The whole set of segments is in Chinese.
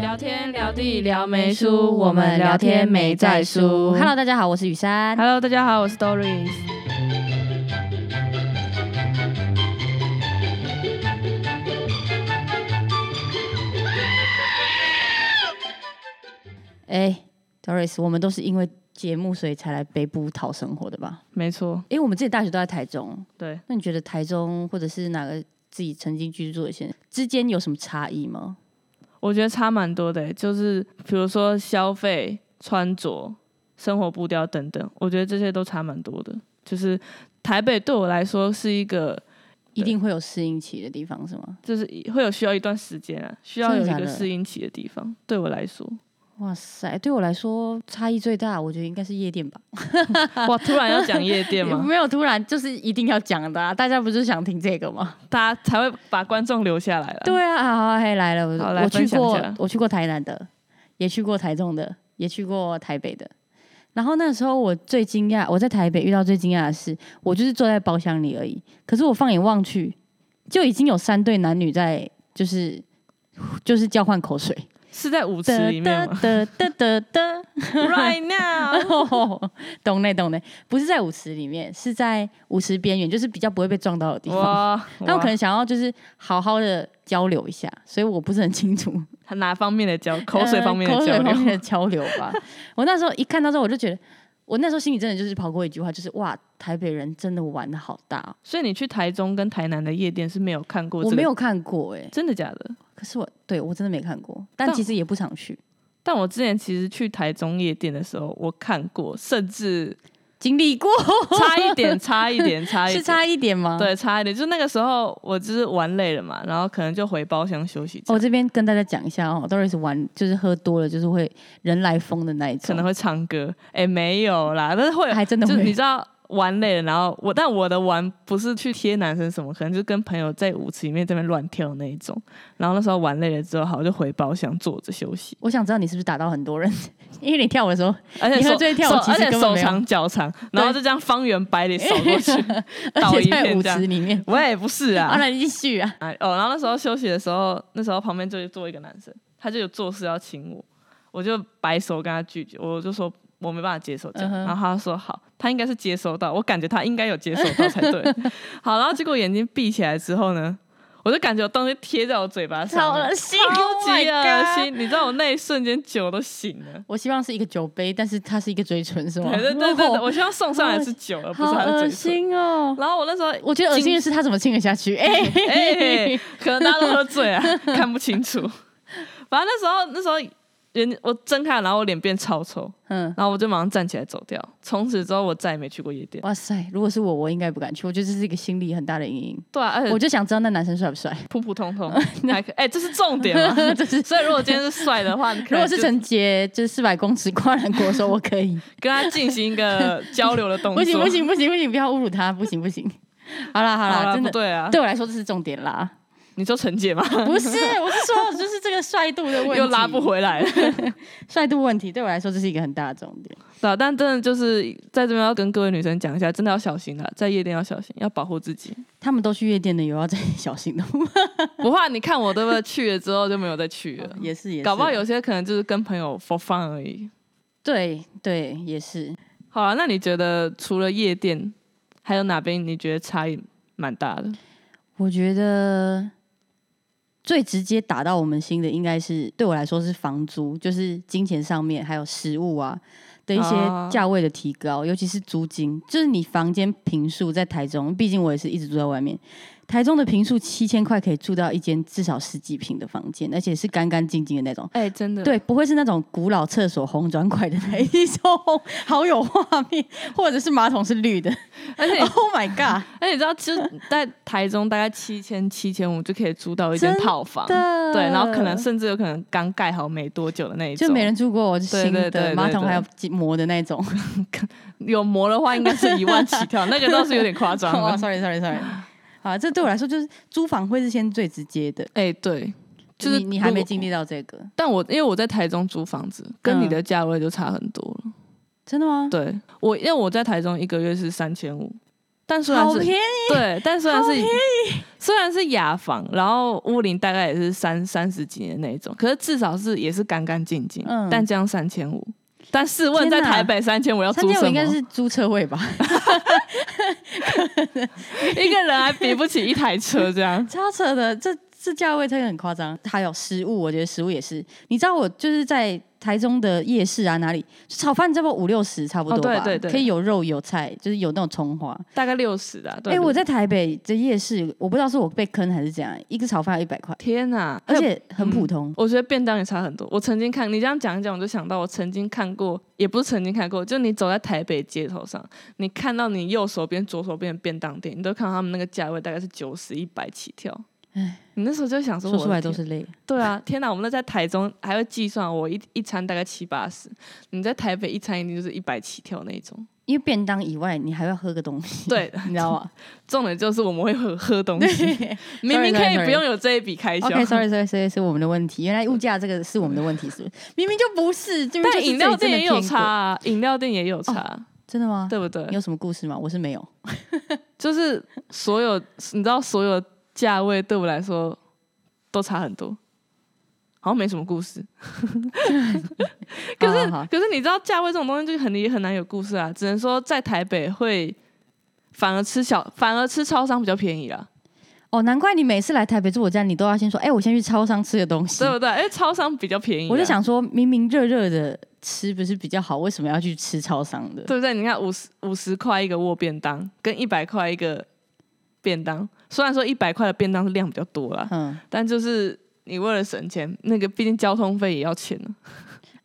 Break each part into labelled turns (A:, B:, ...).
A: 聊天聊地聊没输，我们聊天没在输。
B: Hello，大家好，我是雨珊。
A: Hello，大家好，我是 Doris。
B: 哎、d o r i s 我们都是因为节目所以才来北部讨生活的吧？
A: 没错，
B: 哎因为我们自己大学都在台中，
A: 对，
B: 那你觉得台中或者是哪个自己曾经居住的县之间有什么差异吗？
A: 我觉得差蛮多的欸，就是比如说消费、穿着、生活步调等等，我觉得这些都差蛮多的。就是台北对我来说是一个，
B: 一定会有适应期的地方是吗？
A: 就是会有需要一段时间啊，需要有一
B: 真的
A: 个
B: 假的
A: 适应期的地方。对我来 说，
B: 哇塞，对我来说差异最大，我觉得应该是夜店吧。
A: 哇，突然要讲夜店 吗？
B: 没有突然，就是一定要讲的、啊，大家不是想听这个吗？
A: 大家才会把观众留下来了。
B: 对啊，好好嘿来了，我
A: 好来
B: 我
A: 分
B: 去
A: 享一
B: 过
A: 下，
B: 我去过台南的，也去过台中的，也去过台北的。然后那时候我最惊讶，我在台北遇到最惊讶的是，我就是坐在包厢里而已，可是我放眼望去，就已经有三对男女在就是就是交换口水，
A: 是在舞池里面吗
B: 得得得得。
A: ？Right now，
B: 哦，懂嘞懂嘞，不是在舞池里面，是在舞池边缘，就是比较不会被撞到的地 方。
A: 哇，
B: 但我
A: 哇
B: 可能想要就是好好的交流一下，所以我不是很清楚
A: 他哪方面的交 口水方面的
B: 呃口水
A: 交
B: 方面
A: 流？
B: 的交流吧。我那时候一看到之后，我就觉得，我那时候心里真的就是跑过一句话，就是哇，台北人真的玩的好大哦，
A: 所以你去台中跟台南的夜店是没有看过、这
B: 我
A: 个
B: 没有看过哎、
A: 真的假的？
B: 可是我对我真的没看过，但
A: 但
B: 其实也不常去，
A: 但我之前其实去台中夜店的时候，我看过，甚至
B: 经历过
A: 差一点，差一点，差一
B: 是
A: 点，
B: 差一点吗？。
A: 对，差一点。就是那个时候，我就是玩累了嘛，然后可能就回包厢休息这
B: 我、
A: 样，
B: 哦这边跟大家讲一下哦，Doris 玩就是喝多了，就是会人来疯的那一种，
A: 可能会唱歌。哎、没有啦，但是会有
B: 还真的
A: 就是
B: 会
A: 你知道玩累了，然后我但我的玩不是去贴男生什么，可能就跟朋友在舞池里面这边乱跳那一种。然后那时候玩累了之后，好就回包厢坐着休息，
B: 我想知道你是不是打到很多人， 因为你跳舞的时候，
A: 而且
B: 你喝
A: 手
B: 醉跳舞
A: 手
B: 其
A: 而
B: 实
A: 且
B: 根本
A: 手
B: 没有，
A: 长脚长，然后就这样方圆百里扫过去
B: 而
A: 倒
B: 且
A: 一
B: 在
A: 片
B: 舞
A: 这样
B: 池。里面。
A: 我也不是
B: 啊，
A: 啊，
B: 那你继续啊！
A: 哎哦，然后那时候休息的时候，那时候旁边就坐一个男生，他就有做事要请我，我就摆手跟他拒绝，我就说我没办法接受这样，
B: 嗯哼
A: 然后他说好，他应该是接收到，我感觉他应该有接收到才 对。好，然后结果眼睛闭起来之后呢，我就感觉有东西贴在我嘴巴上
B: 超
A: 面，
B: 恶心，
A: 超级
B: Oh my
A: 恶
B: god
A: 心，你知道我那一瞬间酒都醒了。
B: 我希望是一个酒杯，但是它是一个嘴唇，是吗？
A: 对对对对，
B: 哦
A: 我希望送上来是酒，而不
B: 好
A: 是他的
B: 恶
A: 嘴唇。
B: 心哦！
A: 然后我那时候，
B: 我觉得恶心的是他怎么亲得下去？哎、
A: 哎、可能大家都喝醉 啊，看不清楚。反正那时候，那时候人我睁开，然后我脸变超臭，
B: 嗯，
A: 然后我就马上站起来走掉。从此之后，我再也没去过夜店。
B: 哇塞！如果是我，我应该不敢去。我觉得这是一个心理很大的阴 影。
A: 对啊，而
B: 我
A: 且
B: 就想知道那男生帅 不帅。
A: 普普通通，还可哎、这是重点 嘛。
B: 这是
A: 所以如果今天是帅的话，你啊可
B: 如
A: 能
B: 果
A: 就是
B: 陈杰，就是四百公尺跨栏国手，我可以。
A: 跟他进行一个交流的动
B: 不
A: 作，
B: 行不，行不行不行，不要侮辱他，不行不 行。好啦好
A: 好
B: 啦，
A: 啦
B: 真
A: 不
B: 的
A: 对啊。
B: 对我来说这是重点啦。
A: 你说陈 姐嘛，
B: 不是，我是说就是这个帅度的问题，
A: 又拉不回来了。
B: 帅度问题，对我来说这是一个很大的重点。
A: 对啊，但真的就是在这边要跟各位女生讲一下，真的要小心啦，在夜店要小心，要保护自己。
B: 他们都去夜店的，有要再小心的。
A: 不怕你看我对不对？去了之后就没有再去了。
B: 也是也是，
A: 啊搞不好有些可能就是跟朋友 for fun 而已。
B: 对对也是。
A: 好啊了，那你觉得除了夜店，还有哪边你觉得差异蛮大的？
B: 我觉得最直接打到我们心的，应该是对我来说是房租，就是金钱上面还有食物啊的一
A: 哦
B: 些价位的提高，尤其是租金，就是你房间平数在台中，毕竟我也是一直住在外面。台中的平数七千块可以住到一间至少十几平的房间，而且是干干净净的那种。
A: 哎、真 的，
B: 对，不会是那种古老厕所红砖块的那一种， 好有画面，或者是马桶是绿的。
A: 而且
B: Oh my god！
A: 而且你知道，其实在台中大概七千七千五就可以租到一间
B: 真
A: 套房，
B: 的
A: 对，然后可能甚至有可能刚盖好没多久的那一种，
B: 就没人住过，我是新
A: 对对对
B: 的
A: 对
B: 马桶
A: 对
B: 还有磨的那 种。
A: 有膜的话应该 是一万起跳，那个倒是有点夸张啊
B: 哦
A: 了。
B: ，sorry sorry sorry。啊，这对我来说就是租房会是先最直接的，
A: 哎、对，就是
B: 你你还没
A: 如
B: 经历到这个，
A: 但我因为我在台中租房子，跟
B: 嗯
A: 你的价位就差很多了。
B: 真的吗？
A: 对我，因为我在台中一个月是三千五，但虽然
B: 好
A: 是
B: 便宜，
A: 对，但虽然
B: 好
A: 是
B: 便
A: 虽然是雅房，然后屋龄大概也是三三十几年那一种，可是至少是也是干干净净。
B: 嗯
A: 但这样三千五，但试问
B: 天
A: 在
B: 哪
A: 台北三千五要
B: 三
A: 租什
B: 千五
A: 么？
B: 应该是租车位吧，。
A: 一个人还比不起一台车这样
B: 超扯的，这这价位真的很夸张。还有食物，我觉得食物也是，你知道我就是在台中的夜市啊，哪里就炒饭，差不多五六十差不多
A: 哦对
B: 吧，
A: 对对
B: 可以有肉有菜，就是有那种葱花。
A: 大概六十的、啊。对
B: 哎、我在台北的夜市，我不知道是我被坑还是怎样，一个炒饭要一百块，
A: 天哪！
B: 而
A: 还有
B: 且很普通。
A: 我觉得便当也差很多。我曾经看你这样讲一讲，我就想到我曾经看过，也不是曾经看过，就你走在台北街头上，你看到你右手边、左手边的便当店，你都看到他们那个价位大概是九十、一百起跳。
B: 哎
A: 你那时候就想说，
B: 说出来都是泪。
A: 对啊，天哪！我们那在台中还会计算，我一一餐大概七八十，你在台北一餐一定就是一百起跳那一种。
B: 因为便当以外，你还要喝个东西，
A: 对，
B: 你知 道吗
A: 重点就是我们会喝喝东西，明明可以
B: sorry，sorry
A: 不用有这一笔开销。
B: ？OK，sorry，sorry，sorry，是我们的问题。原来物价这个是我们的问题，是不是？明明就不是，明明 就
A: 但
B: 是
A: 饮
B: 这
A: 料
B: 里真
A: 店
B: 的哦
A: 也有
B: 偏
A: 差、
B: 贵，
A: 啊，饮料店也有差啊，
B: 真的吗？
A: 对不对
B: 你？有什么故事吗？我是没有。
A: 就是所有，你知道，所有价位对我来说都差很多，好像没什么故事。可是，
B: 啊好好好
A: 可是你知道，价位这种东西就很也很难有故事啊，只能说在台北会反而吃小，反而吃超商比较便宜啦，
B: 哦，难怪你每次来台北住我家，你都要先说，哎、我先去超商吃个东西
A: 对。不对？因为超商比较便宜、啊
B: 我就，想说，明明热热的吃不是比较好，为什么要去吃超商的？
A: 对不对？你看五十五十块一个握便当，跟一百块一个便当，虽然说一百块的便当是量比较多啦，
B: 嗯，
A: 但就是你为了省钱，那个毕竟交通费也要钱啊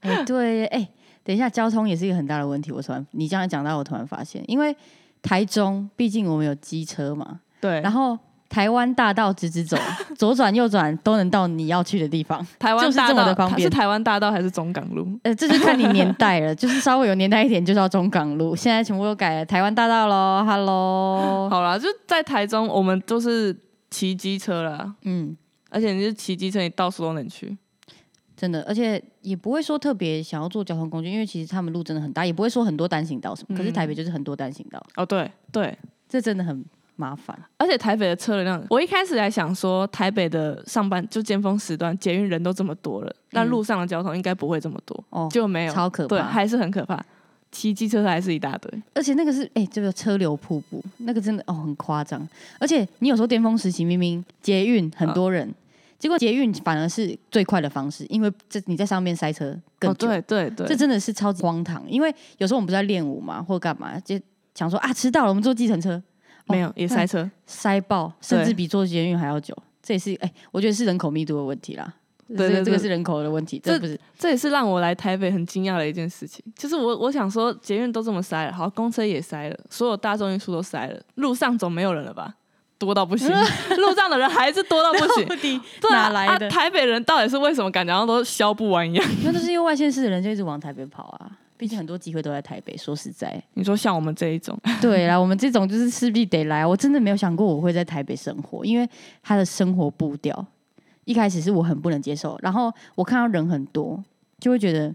A: 呢、
B: 哎、对耶，哎、等一下，交通也是一个很大的问题。我突然你这样讲到，我突然发现，因为台中毕竟我们有机车嘛，
A: 对，
B: 然后台湾大道 直直走，左转右转都能到你要去的地方。
A: 台湾
B: 就是
A: 大
B: 这么
A: 道
B: 的方
A: 它
B: 便
A: 是台湾大道还是中港路？
B: 呃，这就看你年代了，就是稍微有年代一点就到中港路，现在全部都改了台湾大道喽，Hello，
A: 好啦，就在台中，我们都是骑机车啦，
B: 嗯，
A: 而且你是骑机车，你到处都能去。
B: 真的，而且也不会说特别想要做交通工具，因为其实他们路真的很大，也不会说很多单行道什么，可是
A: 嗯
B: 台北就是很多单行道，
A: 哦，对对，
B: 这真的很麻烦。
A: 而且台北的车流量，我一开始还想说，台北的上班就尖峰时段，捷运人都这么多了，那路上的交通应该不会这么多，
B: 嗯哦，
A: 就没有，
B: 超可
A: 哎对，
B: 怕。
A: 还是很可怕。骑机车还是一大堆，
B: 而且那个是哎、这个车流瀑布，那个真的哦很夸张。而且你有时候巅峰时期明明捷运很
A: 嗯
B: 多人，结果捷运反而是最快的方式，因为这你在上面塞车
A: 哦，
B: 更久。
A: 对对对，
B: 这真的是超级荒唐。因为有时候我们不是在练舞嘛，或干嘛，就想说啊迟到了，我们坐计程车
A: 没有
B: 哦
A: 也
B: 嗯
A: 塞车，
B: 塞爆，甚至比坐捷运还要久。这也是哎、我觉得是人口密度的问题啦。
A: 对
B: 这个
A: 对
B: 这个
A: 对
B: 是人口的问题，这
A: 这
B: 不是
A: 这也是让我来台北很惊讶的一件事情，就是我我想说捷运都这么塞了，好，公车也塞了，所有大众运输都塞了，路上总没有人了吧？多到不 行，路上的人还是多到不行。
B: 底
A: 对啊
B: 哪来的
A: 啊？？台北人到底是为什么感觉好像都消不完一样？
B: 那都是因为外县市的人就一直往台北跑啊，毕竟很多机会都在台北。说实在，
A: 你说像我们这一种，
B: 对啦，我们这种就是势必得来。我真的没有想过我会在台北生活，因为他的生活步调一开始是我很不能接受，然后我看到人很多，就会觉得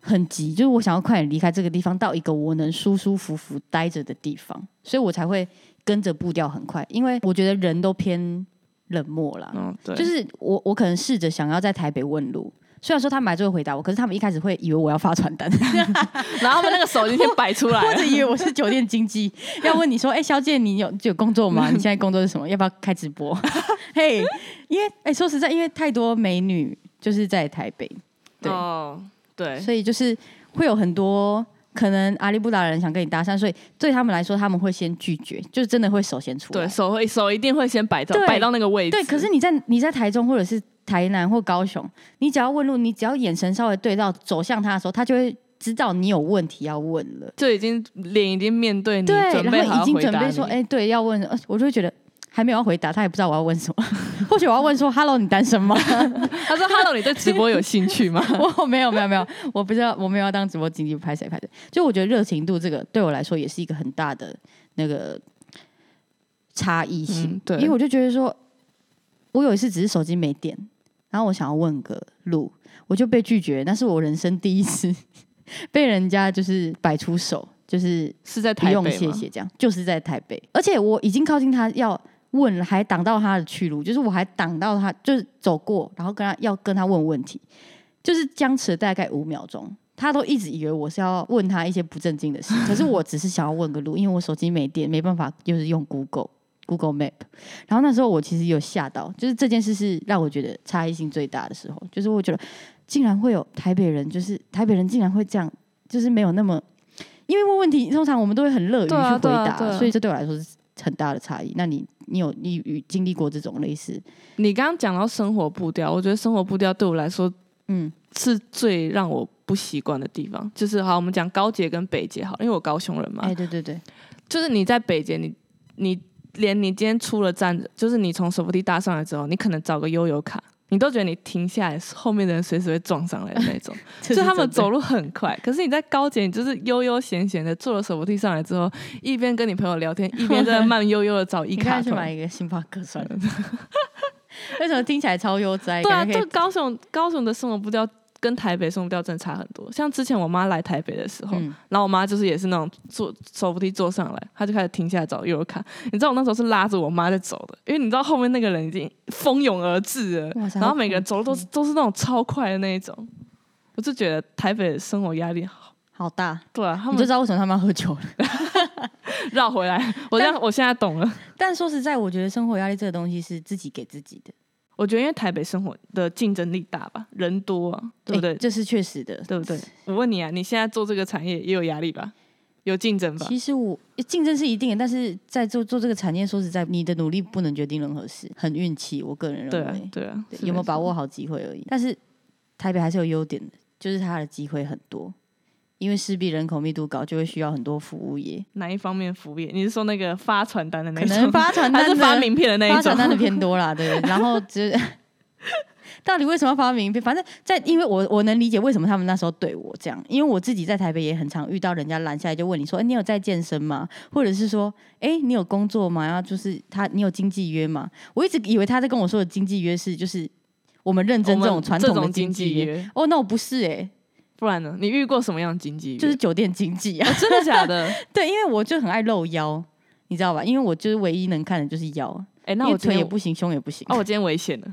B: 很急，就是我想要快点离开这个地方，到一个我能舒舒服服待着的地方，所以我才会跟着步调很快，因为我觉得人都偏冷漠啦。
A: 嗯，对，
B: 就是我，我可能试着想要在台北问路，虽然说他们还是会回答我，可是他们一开始会以为我要发传单，
A: 然后他们那个手机先摆出来
B: 或
A: 了，
B: 者以为我是酒店经 济，要问你说，哎、小姐，你有有工作吗？你现在工作是什么？要不要开直播？ 嘿、因为哎、说实在，因为太多美女就是在台北，对
A: 哦，对，
B: 所以就是会有很多可能阿里布达人想跟你搭讪，所以对他们来说，他们会先拒绝，就是真的会首先出来
A: 对，。手会手一定会先摆到
B: 对
A: 摆到那个位置，
B: 对，可是你在你在台中或者是台南或高雄，你只要问路，你只要眼神稍微对到走向他的时候，他就会知道你有问题要问了。
A: 就已经脸已经面对你，
B: 对，
A: 准备
B: 然
A: 好
B: 后已
A: 要
B: 经
A: 回
B: 准
A: 答
B: 备
A: 你
B: 说，哎、对，要问，呃我就会觉得还没有要回答，他也不知道我要问什么， 或许我要问说，Hello，你单 身吗？
A: 他 说：“Hello，你对直播有兴趣吗？”
B: 我没有，没有，没有，我不知道，我没有要当直播经济拍谁拍谁。就我觉得热情度这个对我来说也是一个很大的那个差异性，
A: 嗯对
B: 因为我就觉得说，我有一次只是手机没电，然后我想要问个路， 我就被拒绝，那是我人生第一次被人家就是摆出手，就是
A: 是在
B: 不
A: 台
B: 用
A: 北
B: 谢
A: 吗？
B: 谢，这样就是在台北，而且我已经靠近他要问了，还挡到他的去路，就是我还挡到他，就是走过，然后跟他要跟他问问题，就是僵持了大概五秒钟，他都一直以为我是要问他一些不正经的事，可是我只是想要问个路，因为我手机没电，没办法就是用 Google。Google Map，然后那时候我其实有吓到，就是这件事是让我觉得差异性最大的时候，就是我觉得竟然会有台北人，就是台北人竟然会这样，就是没有那么，因为问问题通常我们都会很乐于去
A: 对啊
B: 回
A: 对啊
B: 答，
A: 对啊
B: 所以这对我来说是很大的差异。那你你有你有经历过这种类似，
A: 你刚刚讲到生活步调，我觉得生活步调对我来说
B: 嗯
A: 是最让我不习惯的地方。就是好，我们讲高捷跟北捷好了，因为我高雄人嘛，
B: 哎、对对 对，
A: 就是你在北捷，你你连你今天出了站，就是你从手扶梯搭上来之后，你可能找个悠游卡，你都觉得你停下来，后面的人随时会撞上来的那 种。
B: 就
A: 就他们走路很快，可是你在高捷，你就是悠悠闲闲的坐了手扶梯上来之后，一边跟你朋友聊天，一 边在那慢悠悠的找一
B: 你
A: 卡
B: 看去
A: 通。
B: 买一个星巴克算了。为什么听起来超悠哉？
A: 对啊，
B: 感觉可
A: 就
B: 以
A: 高雄高雄的生活步调跟台北生活步调真的差很多。像之前我妈来台北的时候，
B: 嗯
A: 然后我妈就是也是那种坐手扶梯坐上来，她就开始停下来找悠悠卡。你知道我那时候是拉着我妈在走的，因为你知道后面那个人已经蜂拥而至了，
B: 哇塞
A: 然
B: 好
A: 后每个人走路都是都是那种超快的那一种。我就觉得台北的生活压力好，
B: 好大，
A: 对啊，他
B: 你就
A: 们
B: 知道为什么他们要喝酒了。
A: 绕回来，我现在我现在懂了。
B: 但说实在，我觉得生活压力这个东西是自己给自己的，
A: 我觉得因为台北生活的竞争力大吧，人多啊，对不对
B: 哎？这是确实的，
A: 对不对？我问你啊，你现在做这个产业也有压力吧？有竞争吧？
B: 其实我竞争是一定的，但是在做做这个产业，说实在，你的努力不能决定任何事，很运气。我个人
A: 对
B: 认
A: 啊
B: 为，，
A: 对啊，
B: 对
A: 是
B: 有没有
A: 错
B: 把握？好机会而已。但是台北还是有优点的，就是它的机会很多，因为势必人口密度高，就会需要很多服务业，
A: 哪一方面服务业？你是说那个发传单的那
B: 可
A: 一
B: 能
A: 种，
B: 发传
A: 还
B: 单
A: 是
B: 的
A: 发名片的那
B: 发
A: 一种
B: 传？单的偏多啦，对。然后就 到底为什么要发名片？反正在，因为我我能理解为什么他们那时候对我这样，因为我自己在台北也很常遇到人家拦下来就问你说：“哎、你有在健身吗？”或者是说：“哎、你有工作吗？”然后就是他，你有经纪约吗？我一直以为他在跟我说的经纪约是就是我们认真
A: 我
B: 这
A: 们
B: 种传
A: 这
B: 统的
A: 种
B: 经
A: 经
B: 纪
A: 济
B: 约。
A: 约，
B: 哦，那我不是哎、
A: 不然呢？你遇过什么样的经济约？
B: 就是酒店经纪啊。
A: 哦真的假的？
B: 对，因为我就很爱露腰，你知道吧？因为我就是唯一能看的就是腰，
A: 哎，
B: 因
A: 那
B: 为
A: 我今
B: 腿
A: 天
B: 也不行，胸也不行。
A: 哦，我今天危险 了。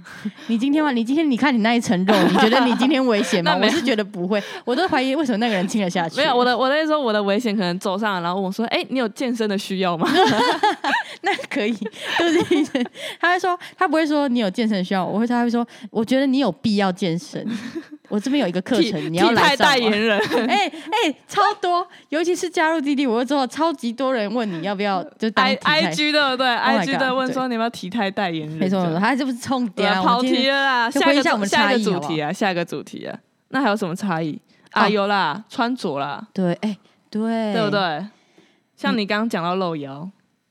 B: 你今天吗？你今天你看你那一层 肉，你觉得你今天危险吗？
A: 那没
B: 我
A: 有
B: 是觉得不会，我都怀疑为什么那个人亲了下去。
A: 没有，我的我的意思说，我的危险可能走上来，然后问我说：“哎，你有健身的需要吗
B: 那可以，就是一直他会说，他不会说你有健身需要，我会他会说，我觉得你有必要健身。我这边有一个？”课
A: 替
B: 程，你要
A: 替代
B: 来上
A: 代
B: 吗
A: 言？人，
B: 哎哎，超多，尤其是加入弟弟，我之后超级多人问你要不要，就当
A: I
B: 体态？Oh
A: I G 对不对
B: my
A: ？I G
B: God，
A: 的问
B: 对
A: 说你要不要体态代言人？
B: 没错
A: 这样
B: 没错，他这不是冲
A: 对
B: 点
A: 啊，
B: 啊，
A: 跑
B: 我今
A: 题
B: 天
A: 了啦，
B: 就
A: 下
B: 回
A: 一
B: 一下
A: 个
B: 我们
A: 下一
B: 差
A: 个
B: 异
A: 主
B: 好不好
A: 题啊，下一个主题啊，那还有什么差异啊？
B: 哦
A: 有啦，穿着啦，
B: 对，哎对，
A: 对不？对？像你刚刚讲到露腰，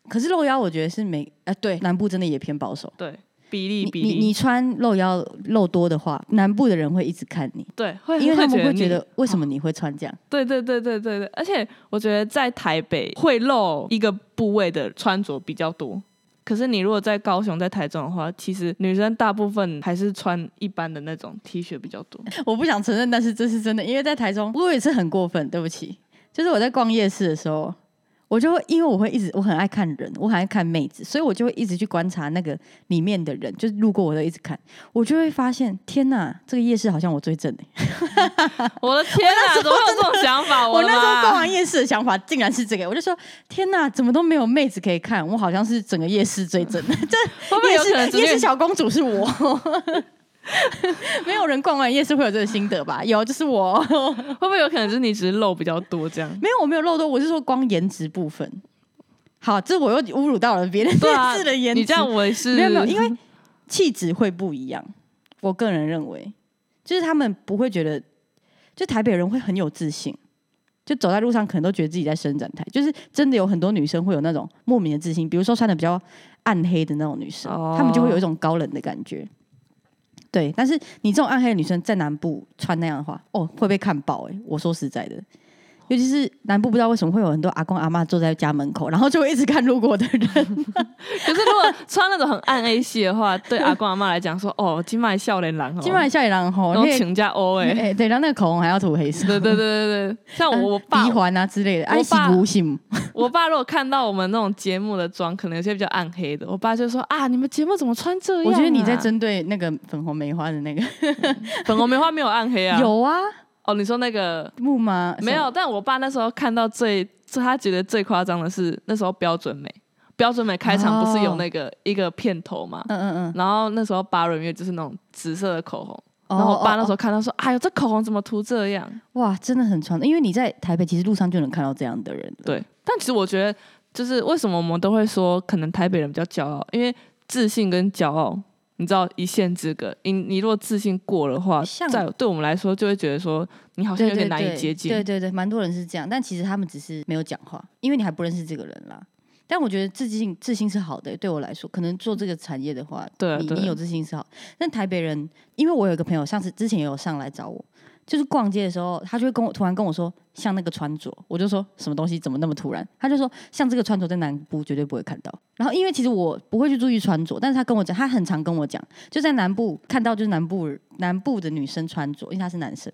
B: 可是露腰，我觉得是每啊对，南部真的也偏保守。
A: 对比例
B: 你
A: 比
B: 你你
A: 例，
B: 穿露腰露多的话，南部的人会一直看你，
A: 对，会
B: 因为他们会
A: 你
B: 觉得为什么你会穿这样？
A: 对对对对对对，而且我觉得在台北会露一个部位的穿着比较多。可是你如果在高雄、在台中的话，其实女生大部分还是穿一般的那种 T 恤比较 多。
B: 我不想承认，但是这是真的，因为在台中我也是很过分，对不起，就是我在逛夜市的时候。我就会，因为我会一直，我很爱看人，我很爱看妹子，所以我就会一直去观察那个里面的人，就是路过我都一直看，我就会发现，天哪，这个夜市好像我最正、欸、
A: 我的天啊，怎么会有这种想法？
B: 我
A: 的
B: 那时候
A: 妈
B: 逛完夜市的想法竟然是这个，我就说，天哪，怎么都没有妹子可以看，我好像是整个夜市最 正的，这
A: 会不会
B: 夜
A: 有可能
B: 市
A: 只
B: 夜
A: 是
B: 市小公主是我。 没有人逛完夜市会有这个心得吧？有，就是我。 ？
A: 会不会有可能就是你只是露比较多这样
B: 没有，我没有漏多，我是说光颜值部分。好，这我又侮辱到了别人
A: 对啊
B: 夜市的颜值。
A: 你这样我也是
B: 没有没有，因为气质会不一样。我个人认为，就是他们不会觉得，就台北人会很有自信，就走在路上可能都觉得自己在伸展台。就是真的有很多女生会有那种莫名的自信，比如说穿的比较暗黑的那种女生，
A: 哦
B: 她们就会有一种高冷的感觉。对，但是欸你这种暗黑的女生在南部穿那样的话，哦，会被看爆哎、我说实在的，尤其是南部，不知道为什么会有很多阿公阿妈坐在家门口，然后就会一直看路过的人。
A: 可是如果穿那种很暗 A 系的话，对阿公阿妈来讲说，哦，金麦笑脸 狼哦，
B: 今晚笑脸狼吼，
A: 然后
B: 那个
A: 请假欧
B: 哎、
A: 哎，
B: 对，然后那个口红还要涂黑色，
A: 对对对对对，像我我 爸
B: 鼻环啊之类的，
A: 我
B: 爱惜
A: 爸
B: 无形。
A: 我爸如果看到我们那种节目的妆，可能有些比较暗黑的，我爸就说啊，你们节目怎么穿这样啊、
B: 我觉得你在针对那个粉红梅花的那个、
A: 粉红梅花没有暗黑啊？
B: 有啊
A: 哦，你说那个
B: 木吗？
A: 没有，但我爸那时候看到最，最他觉得最夸张的是那时候标准美，标准美开场不是有那个、哦一个片头嘛，
B: 嗯，嗯嗯嗯。
A: 然后那时候八轮月就是那种紫色的口红。
B: 哦
A: 然后我爸那时
B: 哦
A: 候看到说：“哎呦，这口红怎么涂这样
B: 哦哇，真的很传统，因为你在台北其实路上就能看到这样的人了。？”
A: 对，但其实我觉得，就是为什么我们都会说，可能台北人比较骄傲，因为自信跟骄傲，你知道一线之隔。你你如果自信过的话，
B: 像
A: 在对我们来说就会觉得说你好像
B: 对
A: 有
B: 对
A: 点难以
B: 对
A: 接近。
B: 对对对，蛮多人是这样，但其实他们只是没有讲话，因为你还不认识这个人啦。但我觉得自信自信是好的，对我来说，可能做这个产业的话，
A: 对啊
B: 你
A: 对啊
B: 你有自信是好。但台北人，因为我有一个朋友，上次之前也有上来找我，就是逛街的时候，他就会跟我突然跟我说，像那个穿着，我就说什么东西怎么那么突然？他就说像这个穿着在南部绝对不会看到。然后因为其实我不会去注意穿着，但是他跟我讲，他很常跟我讲，就在南部看到就是南部南部的女生穿着，因为他是男生，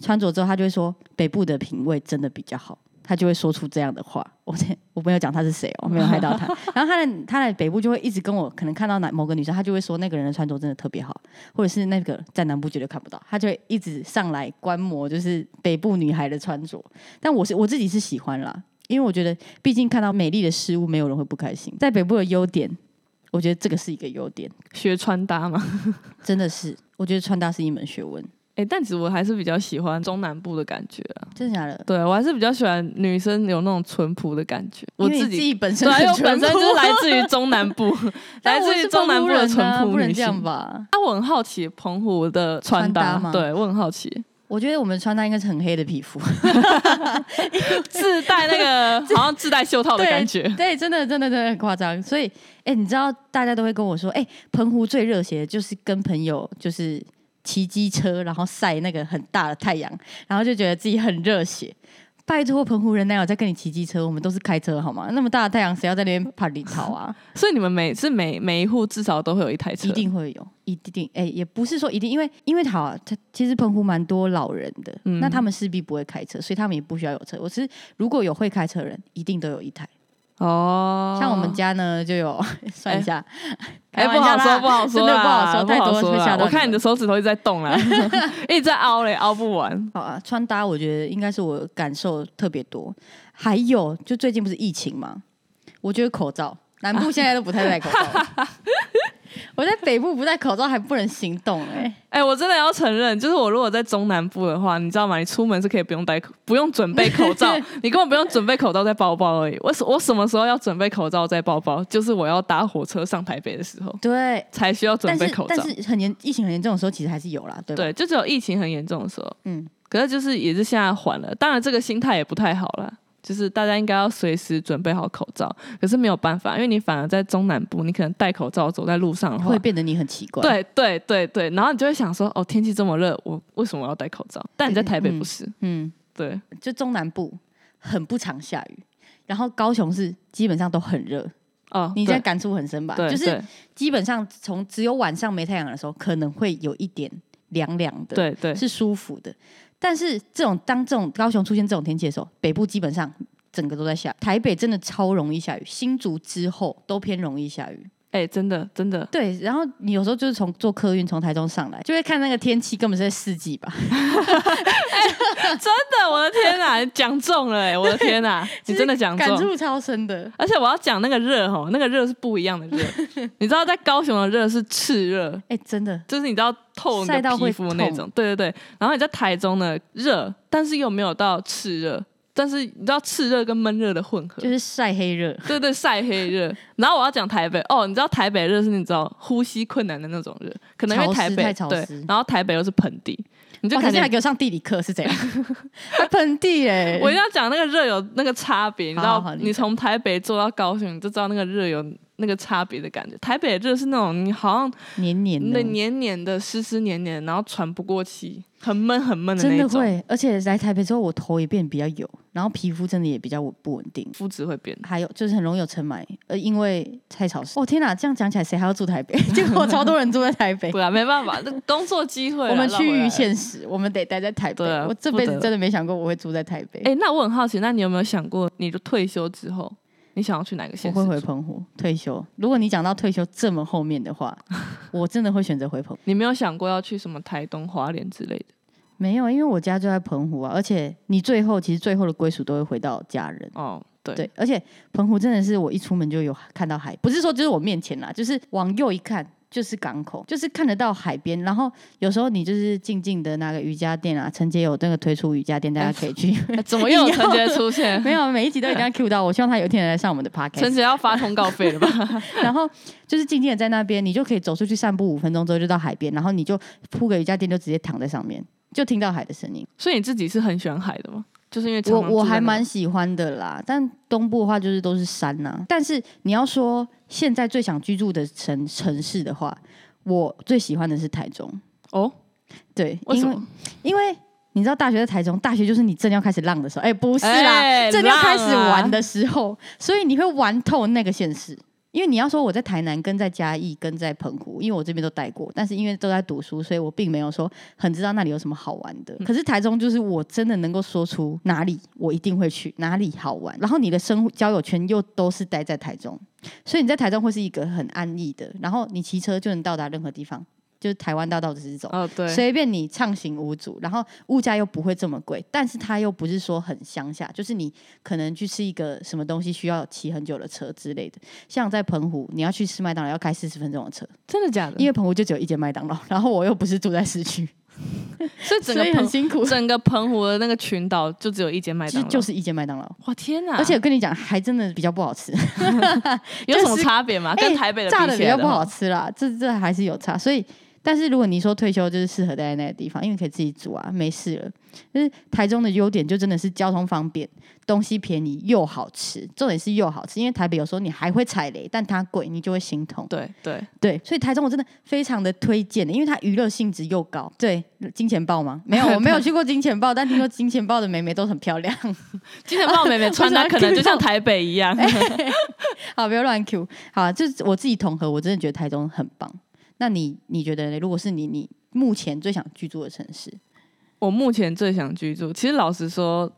B: 穿着之后他就会说北部的品味真的比较好。他就会说出这样的话， 我这我没有讲他是谁哦，我没有害到他。 然后他的他的北部就会一直跟我，可能看到哪某个女生，他就会说那个人的穿着真的特别好，或者是那个在南部绝对看不到，他就会一直上来观摩，就是北部女孩的穿着。但我是我自己是喜欢啦，因为我觉得毕竟看到美丽的事物，没有人会不开心。在北部的优点，我觉得这个是一个优点，
A: 学穿搭嘛。
B: 真的是，我觉得穿搭是一门学问，
A: 哎、但其实我还是比较喜欢中南部的感觉啊。
B: 真的假的？
A: 对我还是比较喜欢女生有那种淳朴的感觉。我
B: 因为
A: 自
B: 你
A: 己
B: 己本身
A: 对啊，因为
B: 很
A: 我本身
B: 淳
A: 就
B: 朴
A: 是来自于中南部， 来
B: 但我
A: 自
B: 是
A: 于中南部的
B: 澎湖
A: 淳
B: 人啊
A: 朴
B: 不能
A: 女
B: 这
A: 性。
B: 样吧？
A: 啊，我很好奇澎湖的穿
B: 穿
A: 搭，
B: 搭吗
A: 对我很好奇，
B: 我觉得我们穿搭应该是很黑的皮肤，
A: 自带那个好像自带袖套的感觉。
B: 对，真的，真的，真的很夸张。所以，哎、你知道大家都会跟我说，哎、澎湖最热血的就是跟朋友就是骑机车，然后晒那个很大的太阳，然后就觉得自己很热血。拜托，澎湖人哪有在跟你骑机车？我们都是开车好吗？那么大的太阳，谁要在那边爬里头 啊？
A: 所以你们每是每每一户至少都会有一台车，
B: 一定会有，一定哎、也不是说一定，因为因为好、啊，它其实澎湖蛮多老人的，
A: 嗯
B: 那他们势必不会开车，所以他们也不需要有车。我是如果有会开车的人，一定都有一台。
A: 哦。
B: 像我们家呢，就有 算一下，
A: 哎、
B: 开玩
A: 不好
B: 笑
A: 说，
B: 啦
A: 不好说
B: 真的
A: 啦，
B: 不好说，太多
A: 说
B: 会
A: 啦
B: 吓到。
A: 我看你的，手指头一直在动 啦，一直在凹嘞，凹不完。
B: 好啊，穿搭我觉得应该是我感受特别多。还有，就最近不是疫情嘛，我觉得口罩，南部现在都不太戴口罩了。 我在北部不戴口罩还不能行动哎、
A: 哎、我真的要承认，就是我如果在中南部的话，你知道吗？你出门是可以不用戴口，不用准备口 罩，你根本不用准备口罩在包包而已。我什我什么时候要准备口罩在包包？就是我要搭火车上台北的时候
B: 对，
A: 才需要准备口罩
B: 但。是但是很严，疫情很严重的时候，其实还是有啦，对吧？
A: 对，就只有疫情很严重的时候。
B: 嗯
A: 嗯，可是就是也是现在缓了，当然这个心态也不太好啦。就是大家应该要随时准备好口罩，可是没有办法，因为你反而在中南部，你可能戴口罩走在路上的话
B: 会，变得你很奇怪。，
A: 对对对对，然后你就会想说，哦，天气这么热，我为什么我要戴口罩？但你在台北不是，
B: 嗯，
A: 对，
B: 就中南部很不常下雨，然后高雄是基本上都很热，
A: 哦，
B: 你现在
A: 对
B: 感触很深吧？
A: 对，
B: 就是
A: 对
B: 基本上从只有晚上没太阳的时候，可能会有一点凉凉的，，
A: 对对，
B: 是舒服的。但是这种当这种高雄出现这种天气的时候，北部基本上整个都在下，台北真的超容易下雨，新竹之后都偏容易下雨。
A: 哎、真的真的，
B: 对，然后你有时候就是从坐客运从台中上来，就会看那个天气，根本是在四季 吧，
A: 真的，我的天哪、你讲中了、哎，我的天哪、你真的讲中
B: 感，触超深的。
A: 而且我要讲那个热吼，那个热是不一样的 热，你知道在高雄的热是炽热，
B: 哎、真的，
A: 就是你知道透你
B: 晒到
A: 的
B: 会
A: 皮肤那
B: 痛
A: 种，对对对。然后你在台中呢热，但是又没有到炽热，但是你知道炽热跟闷热的混合，
B: 就是晒黑热，
A: 对对晒黑热。然后我要讲台北哦，你知道台北热是你知道呼吸困难的那种热，可能因为
B: 潮湿
A: 台北
B: 太潮
A: 对
B: 湿，
A: 然后台北又是盆地，你就
B: 哇，他
A: 感
B: 现
A: 觉
B: 在还。给我上地理课是 怎样？还盆地哎、
A: 我一定要讲那个热有那个差别，你知
B: 好
A: 道
B: 好好，你
A: 你从台北坐到高雄，你就知道那个热有那个差别的感觉。台北热是那种你好像
B: 黏黏
A: 那
B: 的，
A: 黏黏的、湿湿黏黏，然后喘不过气，很闷很闷的
B: 真
A: 那
B: 的
A: 种。
B: 会，而且来台北之后，我头也变得比较油，然后皮肤真的也比较稳不稳定，
A: 肤质会变。
B: 还有就是很容易有尘霾，呃，因为太潮湿。哦天哪，这样讲起来，谁还要住台北？ 结果超多人住在台北
A: 不。啊然没办法，这工作机会啦。
B: 我们趋于
A: 现。
B: 现实，我们得待在台北。
A: 对啊
B: 我这
A: 不
B: 辈
A: 得
B: 子真的没想过我会住在台北。
A: 哎、那我很好奇，那你有没有想过，你就退休之后，你想要去哪个县
B: 我
A: 市住？
B: 会回澎湖退休。如果你讲到退休这么后面的话， 我真的会选择回澎湖。
A: 你没有想过要去什么台东、花莲之类的？
B: 没有，因为我家就在澎湖啊，而且你最后其实最后的归属都会回到家人。
A: 哦，对，
B: 对，而且澎湖真的是我一出门就有看到海，不是说就是我面前啦，就是往右一看就是港口，就是看得到海边。然后有时候你就是静静的那个瑜伽垫啊，陈杰有那个推出瑜伽垫，大家可以 去。
A: 哎 怎么又有
B: 你要
A: 陈杰出现？
B: 没有，每一集都一定要 Q 到我，希望他有一天来上我们 的 podcast
A: 陈。杰要发通告费了吧？
B: 然后就是静静的在那边，你就可以走出去散步五分钟之后就到海边，然后你就铺个瑜伽垫就直接躺在上面，就听到海的声音。
A: 所以你自己是很喜欢海的吗？就是因为常
B: 我
A: 常
B: 我
A: 住在
B: 还
A: 那
B: 蛮
A: 边
B: 喜欢的啦，但东部的话就是都是山呐、但是你要说现在最想居住的城城市的话，我最喜欢的是台中。
A: 哦，
B: 对，
A: 为什
B: 因
A: 么？
B: 因为你知道大学在台中，大学就是你正要开始浪的时候，哎、不是啦，
A: 哎
B: 正要开始
A: 浪啊
B: 玩的时候，所以你会玩透那个现实。因为你要说我在台南、跟在嘉义、跟在澎湖，因为我这边都待过，但是因为都在读书，所以我并没有说很知道那里有什么好玩的。可是台中就是我真的能够说出哪里我一定会去，哪里好玩，然后你的生活交友圈又都是待在台中，所以你在台中会是一个很安逸的，然后你骑车就能到达任何地方，就是台湾大道直走。
A: 哦，对，
B: 随便你畅行无阻，然后物价又不会这么贵，但是它又不是说很乡下，就是你可能去吃一个什么东西需要骑很久的车之类的。像在澎湖，你要去吃麦当劳要开四十分钟的车，
A: 真的假的？
B: 因
A: 为
B: 为澎湖就只有一间麦当劳，然后我又不是住在市区，
A: 所以整
B: 所
A: 个
B: 以很
A: 澎
B: 辛苦。
A: 整个澎湖的那个群岛就只有一间麦
B: 就
A: 当劳，啊
B: 就是一间麦当劳，
A: 哇天哪！
B: 而且我跟你讲，还真的比较不好吃，
A: 有
B: 就
A: 什么
B: 是
A: 差别吗？跟
B: 哎
A: 台北的
B: 炸
A: 比
B: 的
A: 起
B: 比
A: 来
B: 较
A: 的
B: 不
A: 话
B: 好吃啦，这这还是有差。所以，但是如果你说退休，就是适合待在那个地方，因为可以自己煮啊，没事了。就是台中的优点就真的是交通方便，东西便宜又好吃，重点是又好吃。因为台北有时候你还会踩雷，但它贵，你就会心痛。
A: 对对，
B: 对，所以台中我真的非常的推荐的，因为它娱乐性质又高。对，金钱豹吗？没有，我没有去过金钱豹，但听说金钱豹的妹妹都很漂亮。
A: 今天豹妹妹穿
B: 为
A: 搭
B: 什么要
A: 可能就
B: Q
A: 像
B: 到
A: 台北一 样，
B: 好，不要乱 Q。好啊，就是我自己统合，我真的觉得台中很棒。那你你觉得呢？如果是你，你目前最想居住的城市？
A: 我目前最想居住，其实老实说，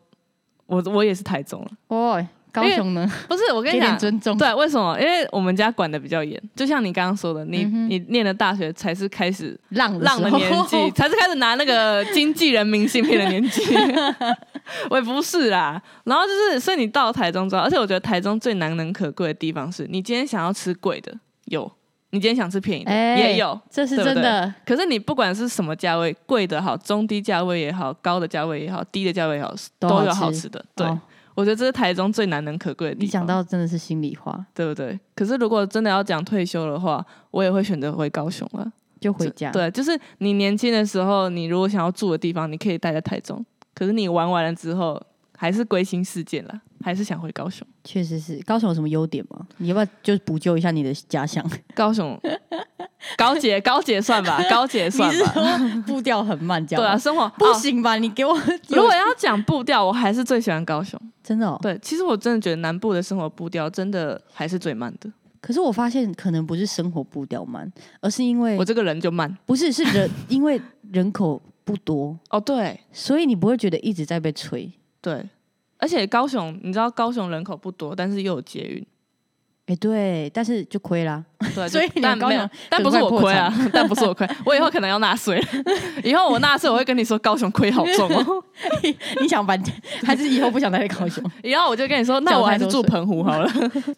A: 我我也是台中了。
B: 哦，高
A: 因为
B: 雄呢？
A: 不是，我跟
B: 给
A: 你
B: 点
A: 讲，
B: 尊重。
A: 对，为什么？因为我们家管的比较严，就像你刚刚说的，你、
B: 嗯哼
A: 你念了大学才是开始
B: 浪的
A: 浪的
B: 时候，
A: 年纪，才是开始拿那个经纪人明信片的年纪。我也不是啦，然后就是，所以你到台中之后，而且我觉得台中最难能可贵的地方是，你今天想要吃贵的有，你今天想吃便宜的、
B: 哎
A: 也有，
B: 这是
A: 对不
B: 真
A: 对
B: 的。
A: 可是你不管是什么价位，贵的好，中低价位也好，高的价位也好，低的价位也好，
B: 都
A: 都
B: 好
A: 有好
B: 吃
A: 吃的。对，
B: 哦
A: 我觉得这是台中最难能可贵的地方。
B: 你讲到真的是心里话，
A: 对不对？可是如果真的要讲退休的话，我也会选择回高雄了。
B: 就回家。，
A: 对，就是你年轻的时候，你如果想要住的地方，你可以待在台中。可是你玩完了之后，还是归心似箭啦，还是想回高雄。
B: 确实是。高雄有什么优点吗？你要不要就是补救一下你的家 乡？
A: 高雄，高姐，高姐算吧，高姐
B: 你
A: 算
B: 是
A: 吧。
B: 说 步调很慢，这
A: 对啊，
B: 样吗？
A: 生活
B: 不
A: 哦
B: 行吧？你给我
A: 如果要讲步调，我还是最喜欢高雄。
B: 真的哦。
A: 对，其实我真的觉得南部的生活步调真的还是最慢的。
B: 可是我发现，可能不是生活步调慢，而是因为
A: 我这个人就慢。
B: 不是是人，因为人口不多，
A: 哦，对
B: 所以你不会觉得一直在被催。
A: 对，而且高雄，你知道高雄人口不多，但是又有捷运。
B: 哎、对，但是就亏啦。
A: 对，就
B: 所以你的
A: 但
B: 高
A: 没有
B: 雄，
A: 但
B: 很
A: 不是
B: 快
A: 我
B: 破
A: 亏啊， 但不是我亏，我以后可能要纳税了。 以后我纳税，我会跟你说高雄亏好重 哦。
B: 你想搬家，还是以后不想待在高 雄？
A: 以后我就跟你说，那我还是住澎湖好 了。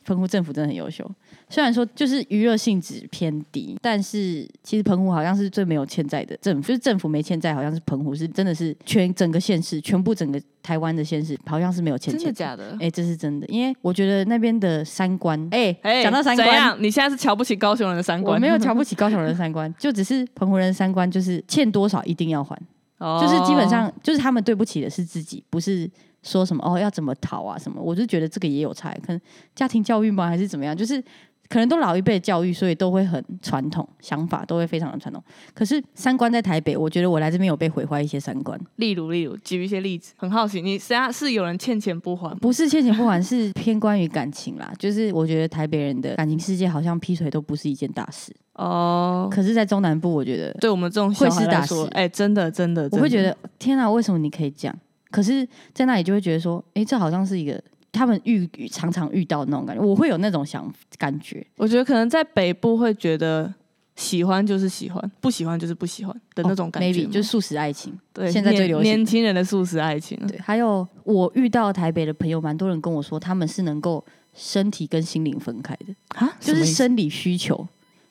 B: 澎湖政府真的很优秀，虽然说就是娱乐性质偏低，但是其实澎湖好像是最没有欠债的政府，就是政府没欠债，好像是澎湖是真的是全整个县市，全部整个台湾的县市好像是没有欠债。
A: 假的
B: 哎、这是真的，因为我觉得那边的三观， 哎、
A: 哎，
B: 讲到三
A: 怎
B: 观，
A: 样？你现在是瞧不起高雄人的三
B: 我
A: 观？
B: 没有瞧不 起高雄人的三观，就只是澎湖人的三观就是欠多少一定要还。
A: 哦，
B: 就是基本上就是他们对不起的是自己，不是说什么哦要怎么逃啊什么。我就觉得这个也有差，可能家庭教育吗，还是怎么样？就是可能都老一辈的教育，所以都会很传统，想法都会非常的传统。可是三观在台北，我觉得我来这边有被毁坏一些三观，
A: 例如，例如举一些例子，很好奇，你实际上是有人欠钱不还吗？
B: 不是欠钱不还，是偏关于感情啦。就是我觉得台北人的感情世界好像劈腿都不是一件大事，
A: 哦，
B: 可是，在中南部，我觉得
A: 对我们这种小
B: 会
A: 孩
B: 师打
A: 来说，
B: 死
A: 哎、真的真的，
B: 我会
A: 真
B: 觉
A: 的
B: 得天啊，为什么你可以这样？可是，在那里就会觉得说，诶，这好像是一个他们遇遇常常遇到的那种感觉，我会有那种想感觉。
A: 我觉得可能在北部会觉得喜欢就是喜欢，不喜欢就是不喜欢的那种感觉
B: m a y
A: 吗
B: b e 就是素食爱情。
A: 对
B: 现在最
A: 年
B: 流行
A: 年轻人的素食爱情啊。
B: 对，还有我遇到台北的朋友，蛮多人跟我说，他们是能够身体跟心灵分开的，
A: 啊，
B: 就
A: 什么
B: 是
A: 意思
B: 生理需求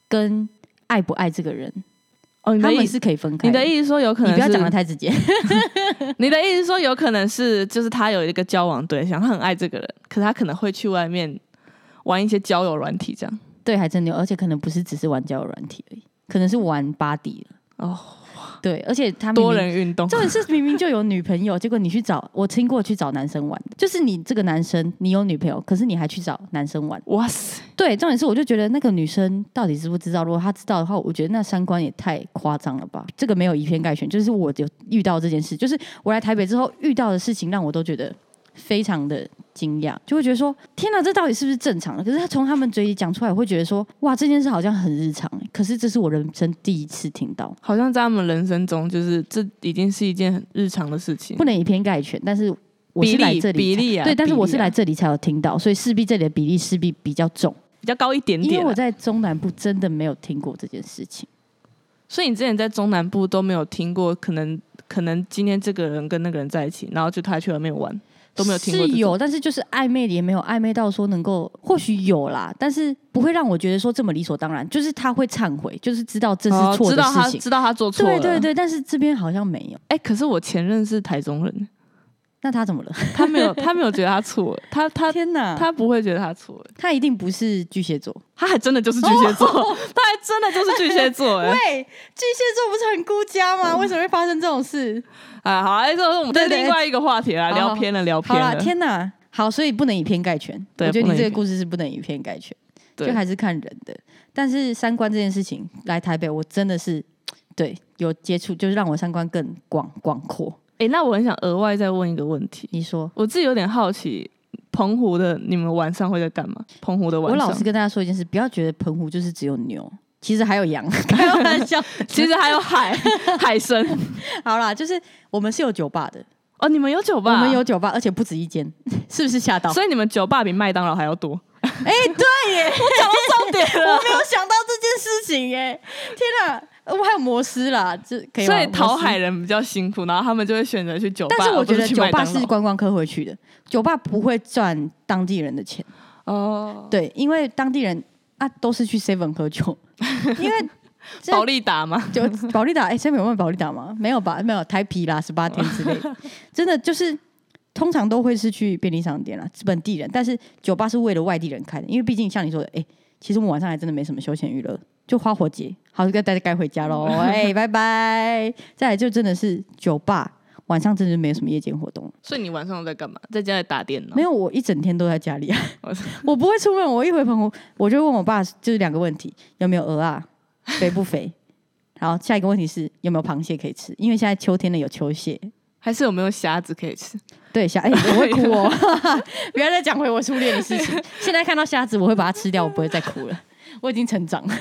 B: 跟爱不爱这个人，
A: 哦，你
B: 他
A: 的
B: 们
A: 意思，
B: 是可以分开
A: 你的意思说有可能是，
B: 你不要讲的太直接，
A: 你的意思说有可能是，就是他有一个交往对象，他很爱这个人，可是他可能会去外面玩一些交友软体这样。
B: 对，还真的有，而且可能不是只是玩交友软体而已，可能是玩 body 了。
A: 哦，
B: 对，而且他明
A: 多
B: 明
A: 人运动，
B: 重点是明明就有女朋友，结果你去找我听过去找男生玩，就是你这个男生你有女朋友，可是你还去找男生玩。
A: 哇塞，
B: 对，重点是我就觉得那个女生到底知不知道？如果她知道的话，我觉得那三观也太夸张了吧？这个没有以偏概全，就是我有遇到这件事，就是我来台北之后遇到的事情，让我都觉得非常的惊讶，就会觉得说天哪，这到底是不是正常的？可是他从他们嘴里讲出来，我会觉得说哇，这件事好像很日常、欸可是这是我人生第一次听到。
A: 好像在他们人生中，就是这已经是一件很日常的事情
B: 不。能以偏概全，但是我
A: 比
B: 是来
A: 例
B: 这里
A: 比
B: 才
A: 例啊，
B: 对，但是
A: 比
B: 我
A: 例
B: 是
A: 啊
B: 来这里才有听到，所以势必这里的比例势必比较重，
A: 比较高一点
B: 因为
A: 点
B: 我
A: 啊。
B: 在中南部真的没有听过这件事情。
A: 所以你之前在中南部都没有听过，可能可能今天这个人跟那个人在一起，然后就他去外面玩，都没有听过这
B: 是
A: 种。
B: 有，但是就是暧昧也没有暧昧到说能够，或许有啦，但是不会让我觉得说这么理所当然。就是他会忏悔，就是知道这是
A: 哦
B: 错
A: 知
B: 的
A: 道他
B: 事情，
A: 知道他做错了。
B: 对对。对，但是这边好像没有。
A: 哎、可是我前任是台中人，
B: 那他怎么了？
A: 他没有他没有觉得他错了，他他
B: 天哪，他
A: 他不会觉得他错了，
B: 他一定不是巨蟹座。
A: 他还真的就是巨蟹座，他还真的就是巨蟹座哎、
B: 哦 喂，巨蟹座不是很孤家吗？为什么会发生这种事？
A: 啊，好，哎，这是我们这是
B: 对对
A: 另外一个话题啦，
B: 好
A: 聊偏了，聊
B: 好
A: 偏
B: 啦，
A: 了，
B: 天哪！好，所以不能以偏概全。
A: 哦对
B: 我觉
A: 不能
B: 得你
A: 以
B: 这个
A: 偏
B: 故事是不能以偏概全，就
A: 对，
B: 还是看人的。但是三观这件事情，来台北我真的是对有接触，就是让我三观更广广阔。
A: 哎、那我很想额外再问一个问题，
B: 你说，
A: 我自己有点好奇，澎湖的你们晚上会在干嘛？澎湖的晚
B: 我
A: 上，
B: 老实跟大家说一件事，不要觉得澎湖就是只有牛，其实还 有羊，开玩笑。
A: 其实还有 海海参
B: 好啦，就是我们是有酒吧的，
A: 哦，你们有酒吧，
B: 我们有，酒吧，而且不止一间， 是不是吓到？
A: 所以你们酒吧比麦当劳还要多。
B: 哎、对 耶，
A: 讲到重点
B: 我没有想到这件事情耶！天哪，呃我还有摩斯啦，这可以吗
A: 所以讨
B: 摩斯
A: 海人比较辛苦，然后他们就会选择去酒吧。
B: 但是我觉
A: 而
B: 得
A: 不去
B: 酒
A: 麦
B: 吧
A: 当劳
B: 是观光客会去的，酒吧不会赚当地人的钱。
A: 哦，
B: 对，因为当地人啊都是去 Seven 喝 酒，因为这
A: 保利达嘛，
B: 就保利达，哎、这 s e v e n 有卖保利达吗？没有吧？没有，台啤啦，十八天之类 的，真的就是。通常都会是去便利商店啦，本地人，但是酒吧是为了外地人开的，因为毕竟像你说的，哎、其实我们晚上还真的没什么休闲娱乐，就花火节，好，就该大家该回家 喽，哎、拜拜。再来就真的是酒吧，晚上真的没有什么夜间活动，
A: 所以你晚上在干嘛？在家里打电脑
B: 没？有，我一整天都在家里 啊
A: 我，
B: 我不会出门。我一回澎湖，我就问我爸，就是两个问题：有没有鹅啊，肥不肥？好，下一个问题是有没有螃蟹可以吃？因为现在秋天了，有秋蟹。
A: 还是有没有虾子可以吃？
B: 对，虾，哎、我 会哭哦！ 不要再讲回我初恋的事情。 现在看到虾子，我会把它吃掉，我不会再哭了。 我已经成长了。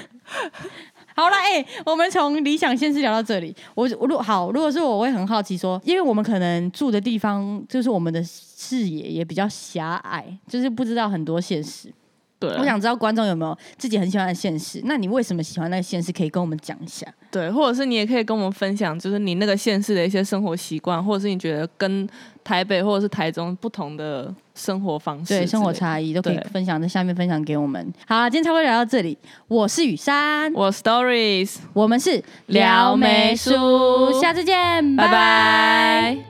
B: 好了，哎、我们从理想现实聊到这里。我我如好，如果是我，我会很好奇说，因为我们可能住的地方，就是我们的视野也比较狭隘，就是不知道很多现实。
A: 对啊，
B: 我想知道观众有没有自己很喜欢的现实？那你为什么喜欢那个现实？可以跟我们讲一下。
A: 对，或者是你也可以跟我们分享，就是你那个县市的一些生活习惯，或者是你觉得跟台北或者是台中不同的生活方式之类
B: 对
A: 的，
B: 生活差异都可以
A: 对
B: 分享在下面分享给我们。好啦，今天差不多聊到这里。我是雨珊，
A: 我 stories
B: 我们是
A: 聊没书
B: 下次见，
A: 拜
B: 拜拜
A: 拜